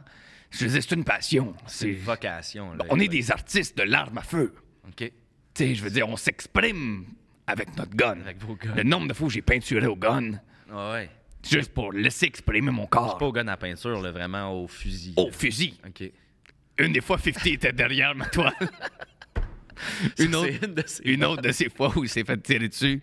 [SPEAKER 3] Je veux dire, c'est une passion.
[SPEAKER 1] C'est
[SPEAKER 3] C'est-
[SPEAKER 1] une vocation, là.
[SPEAKER 3] On est des artistes de l'arme à feu.
[SPEAKER 1] OK.
[SPEAKER 3] Tu sais, je veux dire, on s'exprime avec notre gun.
[SPEAKER 1] Avec vos guns.
[SPEAKER 3] Le nombre de fois où j'ai peinturé au gun,
[SPEAKER 1] Ah ouais.
[SPEAKER 3] juste pour laisser exprimer mon corps.
[SPEAKER 1] Pas au gun à peinture, là, vraiment au fusil.
[SPEAKER 3] Au fusil.
[SPEAKER 1] OK.
[SPEAKER 3] Une des fois, 50 était derrière ma toile. une,
[SPEAKER 1] Ça,
[SPEAKER 3] autre,
[SPEAKER 1] c'est une de ces-
[SPEAKER 3] une autre de ces fois où il s'est fait tirer dessus.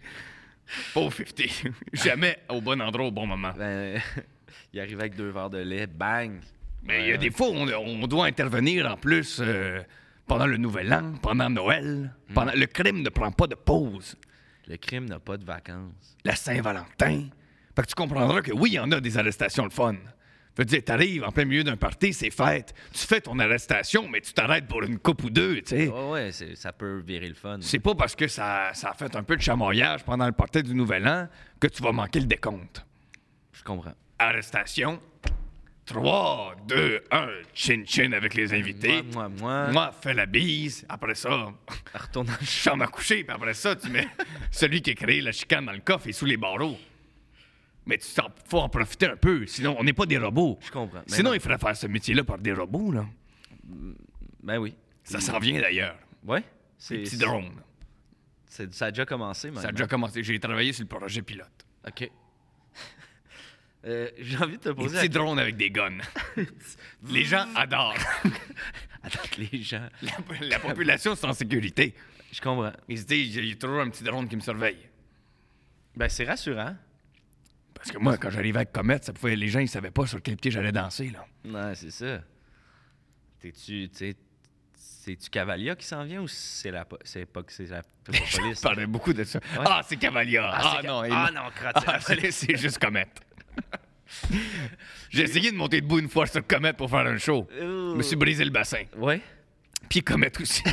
[SPEAKER 3] Pauvre 50. Jamais au bon endroit au bon moment.
[SPEAKER 1] Ben, il arrive avec deux verres de lait, bang!
[SPEAKER 3] Mais il y a des fois où on, on doit intervenir en plus euh, pendant le Nouvel An, pendant Noël. Pendant... Le crime ne prend pas de pause.
[SPEAKER 1] Le crime n'a pas de vacances.
[SPEAKER 3] La Saint-Valentin. Fait que tu comprendras que oui, il y en a des arrestations le fun. Veux dire, t'arrives en plein milieu d'un party, c'est fête. Tu fais ton arrestation, mais tu t'arrêtes pour une coupe ou deux, tu sais.
[SPEAKER 1] Ouais, Oh, ouais, c'est- ça peut virer le fun.
[SPEAKER 3] C'est pas parce que ça, ça a fait un peu de chamoyage pendant le party du Nouvel An que tu vas manquer le décompte.
[SPEAKER 1] Je comprends.
[SPEAKER 3] Arrestation. 3, 2, 1, chin-chin avec les invités.
[SPEAKER 1] Moi, moi, moi.
[SPEAKER 3] fais la bise. Après ça,
[SPEAKER 1] Retourne dans le ch-
[SPEAKER 3] chambre à coucher. Puis après ça, tu mets celui qui a créé la chicane dans le coffre et sous les barreaux. Mais tu t'en- faut en profiter un peu. Sinon, on n'est pas des robots.
[SPEAKER 1] Je comprends. Mais
[SPEAKER 3] Sinon,
[SPEAKER 1] non.
[SPEAKER 3] il faudrait faire ce métier-là par des robots. là.
[SPEAKER 1] Ben oui.
[SPEAKER 3] Ça s'en vient d'ailleurs.
[SPEAKER 1] Ouais?
[SPEAKER 3] Des petits drones.
[SPEAKER 1] c'est- Ça a déjà commencé, même.
[SPEAKER 3] Ça a déjà commencé. J'ai travaillé sur le projet pilote.
[SPEAKER 1] OK. Euh, J'ai envie de te
[SPEAKER 3] Des
[SPEAKER 1] poser
[SPEAKER 3] petits
[SPEAKER 1] la
[SPEAKER 3] drones avec des guns. Les gens adorent.
[SPEAKER 1] Attends, que les gens.
[SPEAKER 3] La, la population, c'est en sécurité.
[SPEAKER 1] Je comprends.
[SPEAKER 3] Ils se disent, il y a toujours un petit drone qui me surveille.
[SPEAKER 1] Ben, c'est rassurant.
[SPEAKER 3] Parce que moi, quand j'arrivais à Comet, ça pouvait, les gens, ils savaient pas sur quel pied j'allais danser. Là.
[SPEAKER 1] Non, c'est ça. T'es-tu. t'sais, C'est-tu Cavalia qui s'en vient ou c'est la, po- c'est pas, c'est la, c'est la
[SPEAKER 3] Je
[SPEAKER 1] police?
[SPEAKER 3] parlais beaucoup de ça. Ah, c'est Cavalia. Ah,
[SPEAKER 1] c'est-
[SPEAKER 3] non, il-
[SPEAKER 1] ah non, crotte, c'est
[SPEAKER 3] Ah,
[SPEAKER 1] la
[SPEAKER 3] c'est
[SPEAKER 1] police.
[SPEAKER 3] c'est juste Comet. J'ai essayé de monter debout une fois sur Comet pour faire un show. Je me suis brisé le bassin.
[SPEAKER 1] Ouais?
[SPEAKER 3] Puis Comet aussi.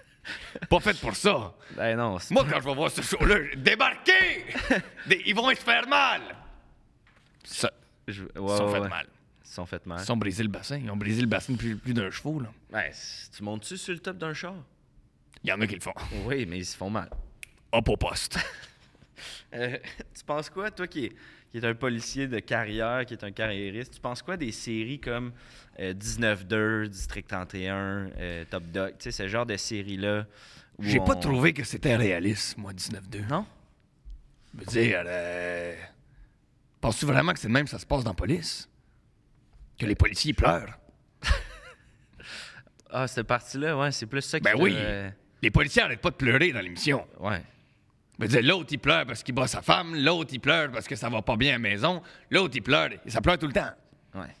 [SPEAKER 3] pas fait pour ça.
[SPEAKER 1] Ben non, c'est
[SPEAKER 3] Moi, quand je vais voir ce show-là, je- débarquez! Des- Ils vont se faire mal! Ça,
[SPEAKER 1] Je- ouais,
[SPEAKER 3] ils se sont
[SPEAKER 1] ouais,
[SPEAKER 3] fait
[SPEAKER 1] ouais.
[SPEAKER 3] mal.
[SPEAKER 1] Ils se sont fait mal.
[SPEAKER 3] Ils se sont brisés le bassin. Ils ont brisé le bassin depuis plus d'un chevaux. Là.
[SPEAKER 1] Ben, c- tu montes-tu sur le top d'un char?
[SPEAKER 3] Il y en a qui le font.
[SPEAKER 1] Oui, mais ils se font mal.
[SPEAKER 3] Hop au poste.
[SPEAKER 1] Euh, tu penses quoi, toi qui es, qui es un policier de carrière, qui est un carriériste, tu penses quoi des séries comme euh, 19-2, District 31, euh, Top Dog, tu sais, ce genre de séries-là? où
[SPEAKER 3] J'ai pas
[SPEAKER 1] on-
[SPEAKER 3] trouvé que c'était réaliste, moi, 19-2.
[SPEAKER 1] Non?
[SPEAKER 3] Je veux dire, euh, penses-tu vraiment que c'est de même que ça se passe dans la police? Que les policiers pleurent?
[SPEAKER 1] Ah, cette partie-là, ouais, c'est plus ça qui
[SPEAKER 3] Ben
[SPEAKER 1] te-
[SPEAKER 3] oui!
[SPEAKER 1] euh,
[SPEAKER 3] Les policiers arrêtent pas de pleurer dans l'émission.
[SPEAKER 1] Ouais.
[SPEAKER 3] Je veux dire, l'autre, il pleure parce qu'il bat sa femme. L'autre, il pleure parce que ça va pas bien à la maison. L'autre, il pleure. Et ça pleure tout le temps.
[SPEAKER 1] Ouais.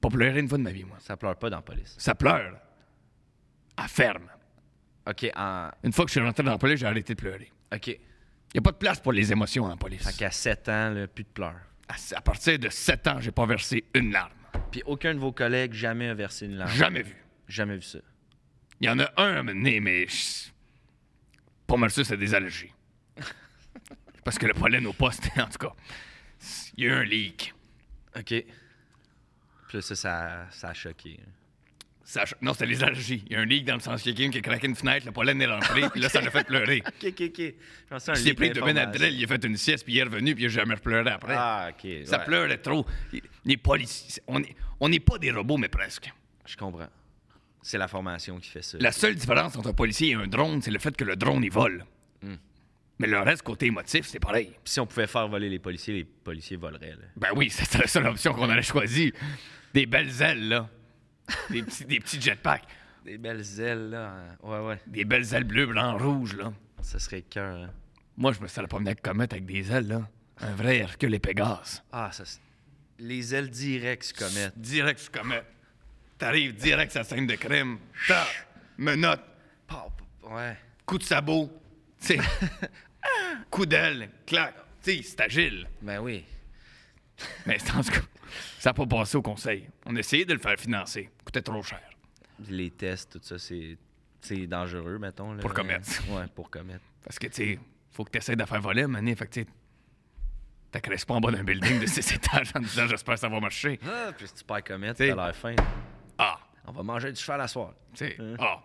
[SPEAKER 3] Pas pleurer une fois de ma vie, moi.
[SPEAKER 1] Ça pleure pas dans la police.
[SPEAKER 3] Ça pleure. À ferme.
[SPEAKER 1] OK, en...
[SPEAKER 3] Une fois que je suis rentré dans la police, j'ai arrêté de pleurer.
[SPEAKER 1] OK.
[SPEAKER 3] Il n'y a pas de place pour les émotions en police.
[SPEAKER 1] Fait qu'à 7 ans, là, plus de pleurs.
[SPEAKER 3] À, à partir de 7 ans, j'ai pas versé une larme.
[SPEAKER 1] Puis aucun de vos collègues jamais a versé une larme.
[SPEAKER 3] Jamais vu.
[SPEAKER 1] Jamais vu ça.
[SPEAKER 3] Il y en a un à mener, mais je- pas mal sûr, c'est des allergies. Parce que le pollen au poste, en tout cas, il y a eu un leak.
[SPEAKER 1] OK. Puis là, ça, ça, ça a choqué.
[SPEAKER 3] Ça a- non, c'était les allergies. Il y a un leak dans le sens qu'il y a quelqu'un qui a craqué une fenêtre, le pollen est rentré, puis là, ça l'a fait pleurer.
[SPEAKER 1] OK, OK, OK. Je pensais à un
[SPEAKER 3] Il s'est
[SPEAKER 1] leak
[SPEAKER 3] pris de
[SPEAKER 1] d'information.
[SPEAKER 3] Benadryl, il a fait une sieste, puis il est revenu, puis il a jamais pleuré après.
[SPEAKER 1] Ah, OK.
[SPEAKER 3] Ça
[SPEAKER 1] ouais.
[SPEAKER 3] pleurait trop. Il- Les policiers, on est- on n'est pas des robots, mais presque.
[SPEAKER 1] Je comprends. C'est la formation qui fait ça.
[SPEAKER 3] La seule différence entre un policier et un drone, c'est le fait que le drone, il vole.
[SPEAKER 1] Hmm.
[SPEAKER 3] Mais le reste, côté émotif, c'est pareil.
[SPEAKER 1] Puis si on pouvait faire voler les policiers, les policiers voleraient. là.
[SPEAKER 3] Ben oui, c'était la seule option qu'on allait choisir. Des belles ailes, là. Des petits, des petits jetpacks.
[SPEAKER 1] Des belles ailes, là. hein. Ouais, ouais.
[SPEAKER 3] Des belles ailes bleues, blanc, rouge, là.
[SPEAKER 1] Ça serait cœur. hein.
[SPEAKER 3] Moi, je me serais promené avec Comet avec des ailes, là. Un vrai Hercule et Pégase.
[SPEAKER 1] Ah, ça. s- Les ailes directes, ce comète.
[SPEAKER 3] Direct sur Comet. T'arrives direct sur la scène de crime. Ta, menotte,
[SPEAKER 1] Pow, pow, Ouais.
[SPEAKER 3] coup de sabot. Tu sais, coup d'aile, clac. Tu sais, c'est agile.
[SPEAKER 1] Ben oui.
[SPEAKER 3] Mais c'est en tout cas, ça n'a pas passé au conseil. On a essayé de le faire financer. Coûtait trop cher.
[SPEAKER 1] Les tests, tout ça, c'est c'est dangereux, mettons. Là.
[SPEAKER 3] Pour comète.
[SPEAKER 1] Ouais, pour comète.
[SPEAKER 3] Parce que, tu sais, faut que tu essaies de faire voler, mané. Fait que, tu sais, t'accroches pas en bas d'un building de 6 étages en disant j'espère que ça va marcher.
[SPEAKER 1] Ah, puis si tu perds comète,
[SPEAKER 3] T'sais.
[SPEAKER 1] t'as l'air faim.
[SPEAKER 3] Ah,
[SPEAKER 1] On va manger du cheval à soir.
[SPEAKER 3] tu sais,
[SPEAKER 1] Hein?
[SPEAKER 3] ah.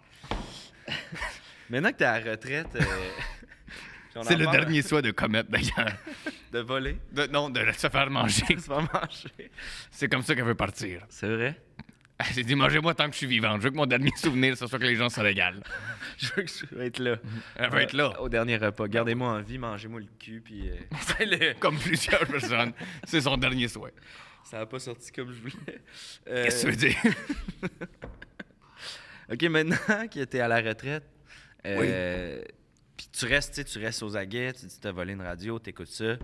[SPEAKER 1] Maintenant que t'es à la retraite. euh, puis on
[SPEAKER 3] C'est
[SPEAKER 1] en
[SPEAKER 3] le
[SPEAKER 1] parle
[SPEAKER 3] dernier souhait de Comet, d'ailleurs.
[SPEAKER 1] De voler.
[SPEAKER 3] De- non, de se faire manger.
[SPEAKER 1] Tu vas manger.
[SPEAKER 3] C'est comme ça qu'elle veut partir.
[SPEAKER 1] C'est vrai?
[SPEAKER 3] Elle s'est dit mangez-moi tant que je suis vivante. Je veux que mon dernier souvenir, ce soit que les gens se régalent.
[SPEAKER 1] Je veux que je veux être là. Euh,
[SPEAKER 3] Elle va être là. Ah
[SPEAKER 1] Au dernier repas. Gardez-moi en vie, mangez-moi le cul, puis euh,
[SPEAKER 3] C'est le- Comme plusieurs personnes, c'est son dernier souhait.
[SPEAKER 1] Euh. ça n'a pas sorti comme je voulais. Euh,
[SPEAKER 3] Qu'est-ce que tu veux dire?
[SPEAKER 1] OK, maintenant que t'es à la retraite, euh, puis tu restes, tu sais, tu restes aux aguets, tu dis t'as volé une radio, t'écoutes ça.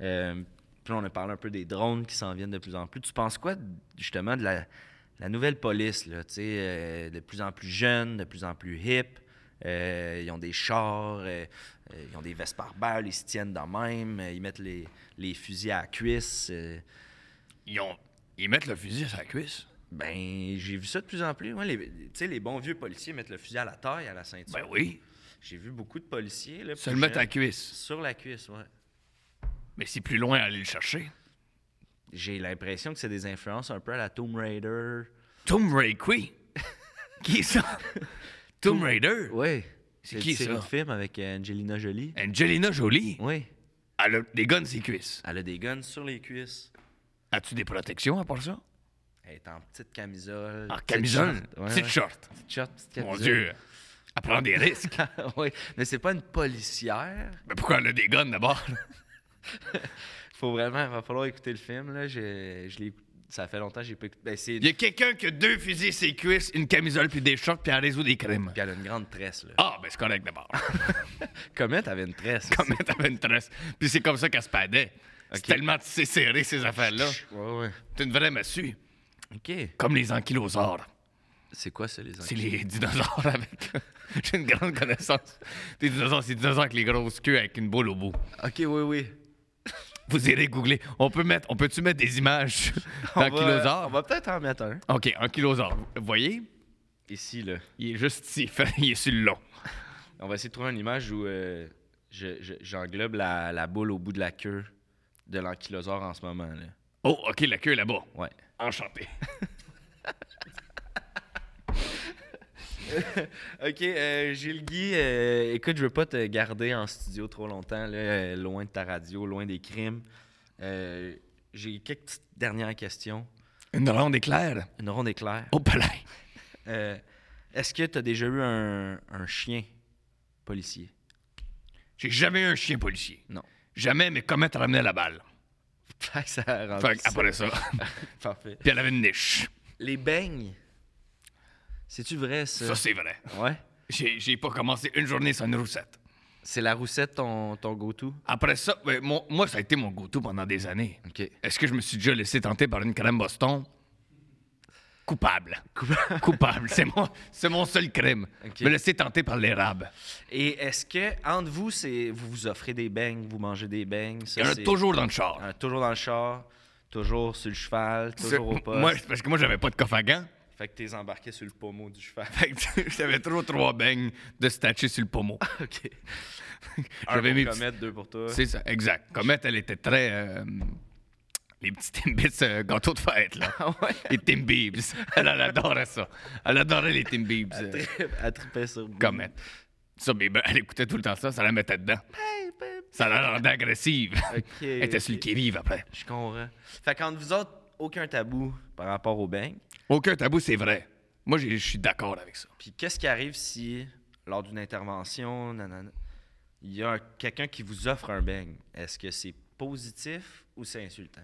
[SPEAKER 1] Euh, puis là, on a parlé un peu des drones qui s'en viennent de plus en plus. Tu penses quoi, justement, de la, la nouvelle police, là, tu sais, euh, de plus en plus jeune, de plus en plus hip. euh, ils ont des chars, euh, euh, ils ont des vestes par balles, ils se tiennent dans le même, euh, ils mettent les, les fusils à la cuisse. euh,
[SPEAKER 3] Ils, ont... Ils mettent le fusil à sa cuisse.
[SPEAKER 1] ben, j'ai vu ça de plus en plus. Ouais, les- tu sais, les bons vieux policiers mettent le fusil à la taille, à la ceinture.
[SPEAKER 3] Ben oui.
[SPEAKER 1] J'ai vu beaucoup de policiers. Là, plus
[SPEAKER 3] Se le mettre à la
[SPEAKER 1] jeunes,
[SPEAKER 3] cuisse.
[SPEAKER 1] Sur la cuisse, ouais.
[SPEAKER 3] Mais c'est plus loin à aller le chercher.
[SPEAKER 1] J'ai l'impression que c'est des influences un peu à la Tomb Raider.
[SPEAKER 3] Tomb Raider. Qui est ça? Tomb Raider?
[SPEAKER 1] Oui.
[SPEAKER 3] C'est qui,
[SPEAKER 1] C'est
[SPEAKER 3] ça? Eh.
[SPEAKER 1] un film avec euh, Angelina Jolie.
[SPEAKER 3] Angelina Jolie?
[SPEAKER 1] Oui.
[SPEAKER 3] Elle a des guns ses cuisses.
[SPEAKER 1] Elle a des guns sur les cuisses.
[SPEAKER 3] As-tu des protections à part ça?
[SPEAKER 1] Elle est en petite camisole.
[SPEAKER 3] En
[SPEAKER 1] petite
[SPEAKER 3] camisole?
[SPEAKER 1] short. Ouais,
[SPEAKER 3] Petite
[SPEAKER 1] ouais.
[SPEAKER 3] short.
[SPEAKER 1] Petite short, petite camisole. Ah,
[SPEAKER 3] Mon Dieu. Elle prend des risques.
[SPEAKER 1] oui, mais c'est pas une policière.
[SPEAKER 3] Mais pourquoi elle a des guns d'abord?
[SPEAKER 1] Faut vraiment, il va falloir écouter le film. Là. J'ai- Je, l'ai- ça fait longtemps que j'ai pas écouté. Ben, c'est...
[SPEAKER 3] Il y a quelqu'un qui a deux fusils ses cuisses, une camisole puis des shorts puis un réseau des crimes.
[SPEAKER 1] Puis elle a une grande tresse. Là.
[SPEAKER 3] Ah, ben c'est correct d'abord.
[SPEAKER 1] Comet avait une tresse.
[SPEAKER 3] Comme elle avait une tresse. Puis c'est comme ça qu'elle se padait. C'est tellement tissé serré ces affaires-là.
[SPEAKER 1] Ouais, ouais.
[SPEAKER 3] C'est une vraie massue.
[SPEAKER 1] OK.
[SPEAKER 3] Comme les ankylosaures.
[SPEAKER 1] C'est quoi ça, les
[SPEAKER 3] C'est les dinosaures avec. J'ai une grande connaissance. Des dinosaures, c'est des dinosaures avec les grosses queues avec une boule au bout.
[SPEAKER 1] OK, oui, oui.
[SPEAKER 3] Vous irez googler. On peut mettre, on peut-tu mettre des images
[SPEAKER 1] On va- On
[SPEAKER 3] d'ankylosaures?
[SPEAKER 1] va peut-être en mettre un.
[SPEAKER 3] Ok, ankylosaure. Vous voyez?
[SPEAKER 1] Ici, là.
[SPEAKER 3] Il est juste ici. Il est sur le long.
[SPEAKER 1] On va essayer de trouver une image où euh, je- je- j'englobe la, la boule au bout de la queue de l'ankylosaure en ce moment, là.
[SPEAKER 3] Oh, ok, la queue est là-bas.
[SPEAKER 1] Ouais.
[SPEAKER 3] Enchanté.
[SPEAKER 1] OK, euh, Gilles Guy, euh, écoute, je veux pas te garder en studio trop longtemps, là, euh, loin de ta radio, loin des crimes. Euh, J'ai quelques petites dernières questions.
[SPEAKER 3] Une ronde éclair
[SPEAKER 1] Une ronde éclair.
[SPEAKER 3] au palais.
[SPEAKER 1] Euh, Est-ce que tu as déjà eu un, un chien policier?
[SPEAKER 3] J'ai jamais eu un chien policier.
[SPEAKER 1] Non.
[SPEAKER 3] Jamais, mais comment te ramenait la balle?
[SPEAKER 1] Fait que ça a rendu
[SPEAKER 3] Fait
[SPEAKER 1] Ah, ça.
[SPEAKER 3] après ça.
[SPEAKER 1] Parfait.
[SPEAKER 3] Puis elle avait une niche.
[SPEAKER 1] Les beignes. C'est-tu vrai, ça?
[SPEAKER 3] Ça, c'est vrai.
[SPEAKER 1] ouais.
[SPEAKER 3] J'ai j'ai pas commencé une journée sans une roussette.
[SPEAKER 1] C'est la roussette, ton, ton go-to?
[SPEAKER 3] Après ça, ben, mon- moi, ça a été mon go-to pendant des années.
[SPEAKER 1] OK.
[SPEAKER 3] Est-ce que je me suis déjà laissé tenter par une crème Boston? Coupable. Coupable. C'est mon, c'est mon seul crime.
[SPEAKER 1] Ok.
[SPEAKER 3] Me laisser tenter par l'érable.
[SPEAKER 1] Et est-ce que, entre vous, c'est vous vous offrez des beignes, vous mangez des beignes? Ah,
[SPEAKER 3] Il y en a toujours dans le char.
[SPEAKER 1] toujours dans le char, toujours sur le cheval,
[SPEAKER 3] C'est-
[SPEAKER 1] toujours au poste.
[SPEAKER 3] moi, parce que moi, j'avais pas de coffre à gants.
[SPEAKER 1] Fait que t'es embarqué sur le pommeau du cheval.
[SPEAKER 3] Fait que j'avais trop trois beignes de statues sur le pommeau.
[SPEAKER 1] OK. Un
[SPEAKER 3] J'avais
[SPEAKER 1] pour
[SPEAKER 3] mes petits-
[SPEAKER 1] comète, deux pour toi.
[SPEAKER 3] C'est ça, exact. Comète, elle était très. euh, les petits Timbits euh, gâteaux de fête, là.
[SPEAKER 1] Ah
[SPEAKER 3] Les Timbibs. Elle, elle adorait ça. Elle adorait les Timbibs. euh,
[SPEAKER 1] À triper sur le
[SPEAKER 3] Comète. euh, Ça, mais ben, elle écoutait tout le temps ça, ça la mettait dedans. Ça la rendait agressive.
[SPEAKER 1] OK.
[SPEAKER 3] Elle était sur le qui-vive après.
[SPEAKER 1] Je comprends. Fait qu'entre vous autres, aucun tabou par rapport aux beignes.
[SPEAKER 3] Aucun tabou, c'est vrai. Moi, j'ai- je suis d'accord avec ça.
[SPEAKER 1] Puis qu'est-ce qui arrive si, lors d'une intervention, nanana, il y a un- quelqu'un qui vous offre un beigne? Est-ce que c'est positif ou c'est insultant?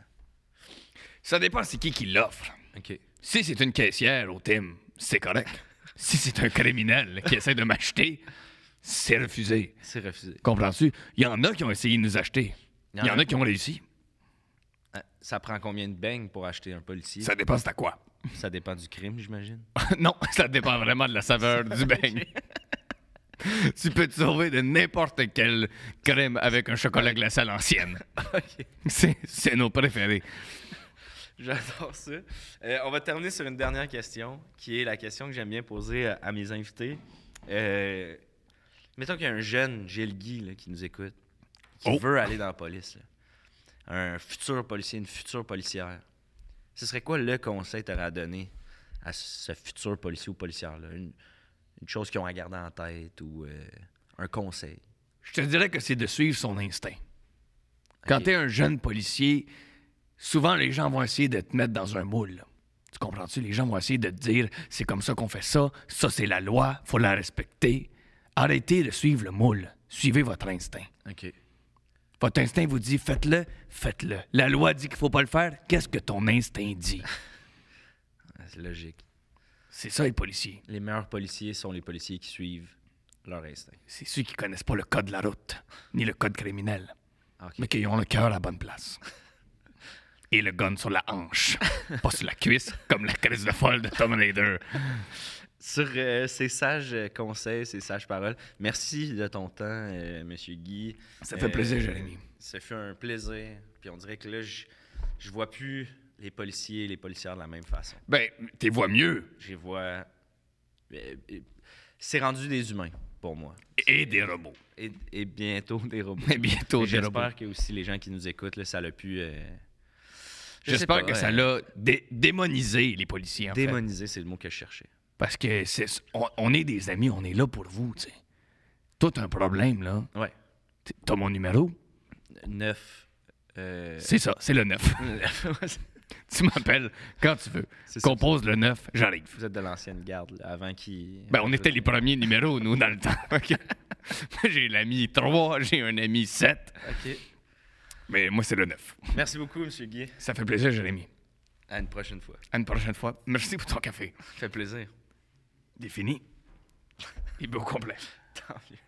[SPEAKER 3] Ça dépend c'est qui qui l'offre.
[SPEAKER 1] OK.
[SPEAKER 3] Si c'est une caissière au Tim, c'est correct. Si c'est un criminel qui essaie de m'acheter, c'est refusé.
[SPEAKER 1] C'est refusé.
[SPEAKER 3] Comprends-tu? Il y en a qui ont essayé de nous acheter. Il y en a qui ont réussi.
[SPEAKER 1] Ah, Ça prend combien de beignes pour acheter un policier?
[SPEAKER 3] Ça dépend c'est à quoi.
[SPEAKER 1] Ça dépend du crime, j'imagine.
[SPEAKER 3] non, ça dépend vraiment de la saveur du beigne. tu peux te sauver de n'importe quelle crème avec un chocolat glacé à l'ancienne.
[SPEAKER 1] OK.
[SPEAKER 3] C'est c'est nos préférés.
[SPEAKER 1] J'adore ça. Euh, on va terminer sur une dernière question, qui est la question que j'aime bien poser à, à mes invités. Euh, mettons qu'il y a un jeune Gilles Guy là, qui nous écoute, qui
[SPEAKER 3] Oh.
[SPEAKER 1] veut aller dans la police. là. Un futur policier, une future policière. Ce serait quoi le conseil que tu aurais à donner à ce futur policier ou policière-là? Une, une chose qu'ils ont à garder en tête ou euh, un conseil?
[SPEAKER 3] Je te dirais que c'est de suivre son instinct. Quand t'es un jeune policier, souvent les gens vont essayer de te mettre dans un moule. Tu comprends-tu? Les gens vont essayer de te dire c'est comme ça qu'on fait ça, ça c'est la loi, faut la respecter. Arrêtez de suivre le moule. Suivez votre instinct.
[SPEAKER 1] OK.
[SPEAKER 3] Votre instinct vous dit faites-le, faites-le. La loi dit qu'il faut pas le faire. Qu'est-ce que ton instinct dit?
[SPEAKER 1] C'est logique.
[SPEAKER 3] C'est ça les policiers.
[SPEAKER 1] Les meilleurs policiers sont les policiers qui suivent leur instinct.
[SPEAKER 3] C'est ceux qui connaissent pas le code de la route, ni le code criminel,
[SPEAKER 1] OK.
[SPEAKER 3] mais qui ont le cœur à la bonne place. Et le gun sur la hanche, pas sur la cuisse, comme la crise de folle de Tom Raider.
[SPEAKER 1] Sur euh, ces sages euh, conseils, ces sages paroles, merci de ton temps, euh, Monsieur Guy. Euh,
[SPEAKER 3] Ça fait plaisir, Jérémy.
[SPEAKER 1] Ça fait un plaisir. Puis on dirait que là, je, je vois plus les policiers et les policières de la même façon.
[SPEAKER 3] Ben, t'es vois mieux.
[SPEAKER 1] Je les vois. euh, euh, C'est rendu des humains pour moi.
[SPEAKER 3] Et des robots.
[SPEAKER 1] Et, et bientôt des robots.
[SPEAKER 3] Et bientôt
[SPEAKER 1] Et
[SPEAKER 3] des robots.
[SPEAKER 1] J'espère que aussi les gens qui nous écoutent, là, ça l'a pu. euh, je sais
[SPEAKER 3] J'espère
[SPEAKER 1] pas,
[SPEAKER 3] que
[SPEAKER 1] ouais.
[SPEAKER 3] ça l'a dé- démonisé, les policiers, en fait.
[SPEAKER 1] Démoniser, c'est le mot que je cherchais.
[SPEAKER 3] Parce que c'est- on, on est des amis, on est là pour vous, tu sais. Toi, t'as un problème, là.
[SPEAKER 1] Ouais.
[SPEAKER 3] T- T'as mon numéro?
[SPEAKER 1] Neuf. euh,
[SPEAKER 3] C'est ça, c'est le 9. tu m'appelles quand tu veux.
[SPEAKER 1] C'est ça.
[SPEAKER 3] Compose le 9, j'arrive.
[SPEAKER 1] Vous êtes de l'ancienne garde, là, avant qu'il.
[SPEAKER 3] Ben, on était les premiers numéros, nous, dans le temps. OK. j'ai l'ami 3, j'ai un ami 7,
[SPEAKER 1] OK.
[SPEAKER 3] mais moi, c'est le 9.
[SPEAKER 1] Merci beaucoup, M. Guy.
[SPEAKER 3] Ça fait plaisir, Jérémy.
[SPEAKER 1] À une prochaine fois.
[SPEAKER 3] À une prochaine fois. Merci pour ton café.
[SPEAKER 1] Ça fait plaisir.
[SPEAKER 3] Il est fini. Il est beau complet.
[SPEAKER 1] Tant mieux.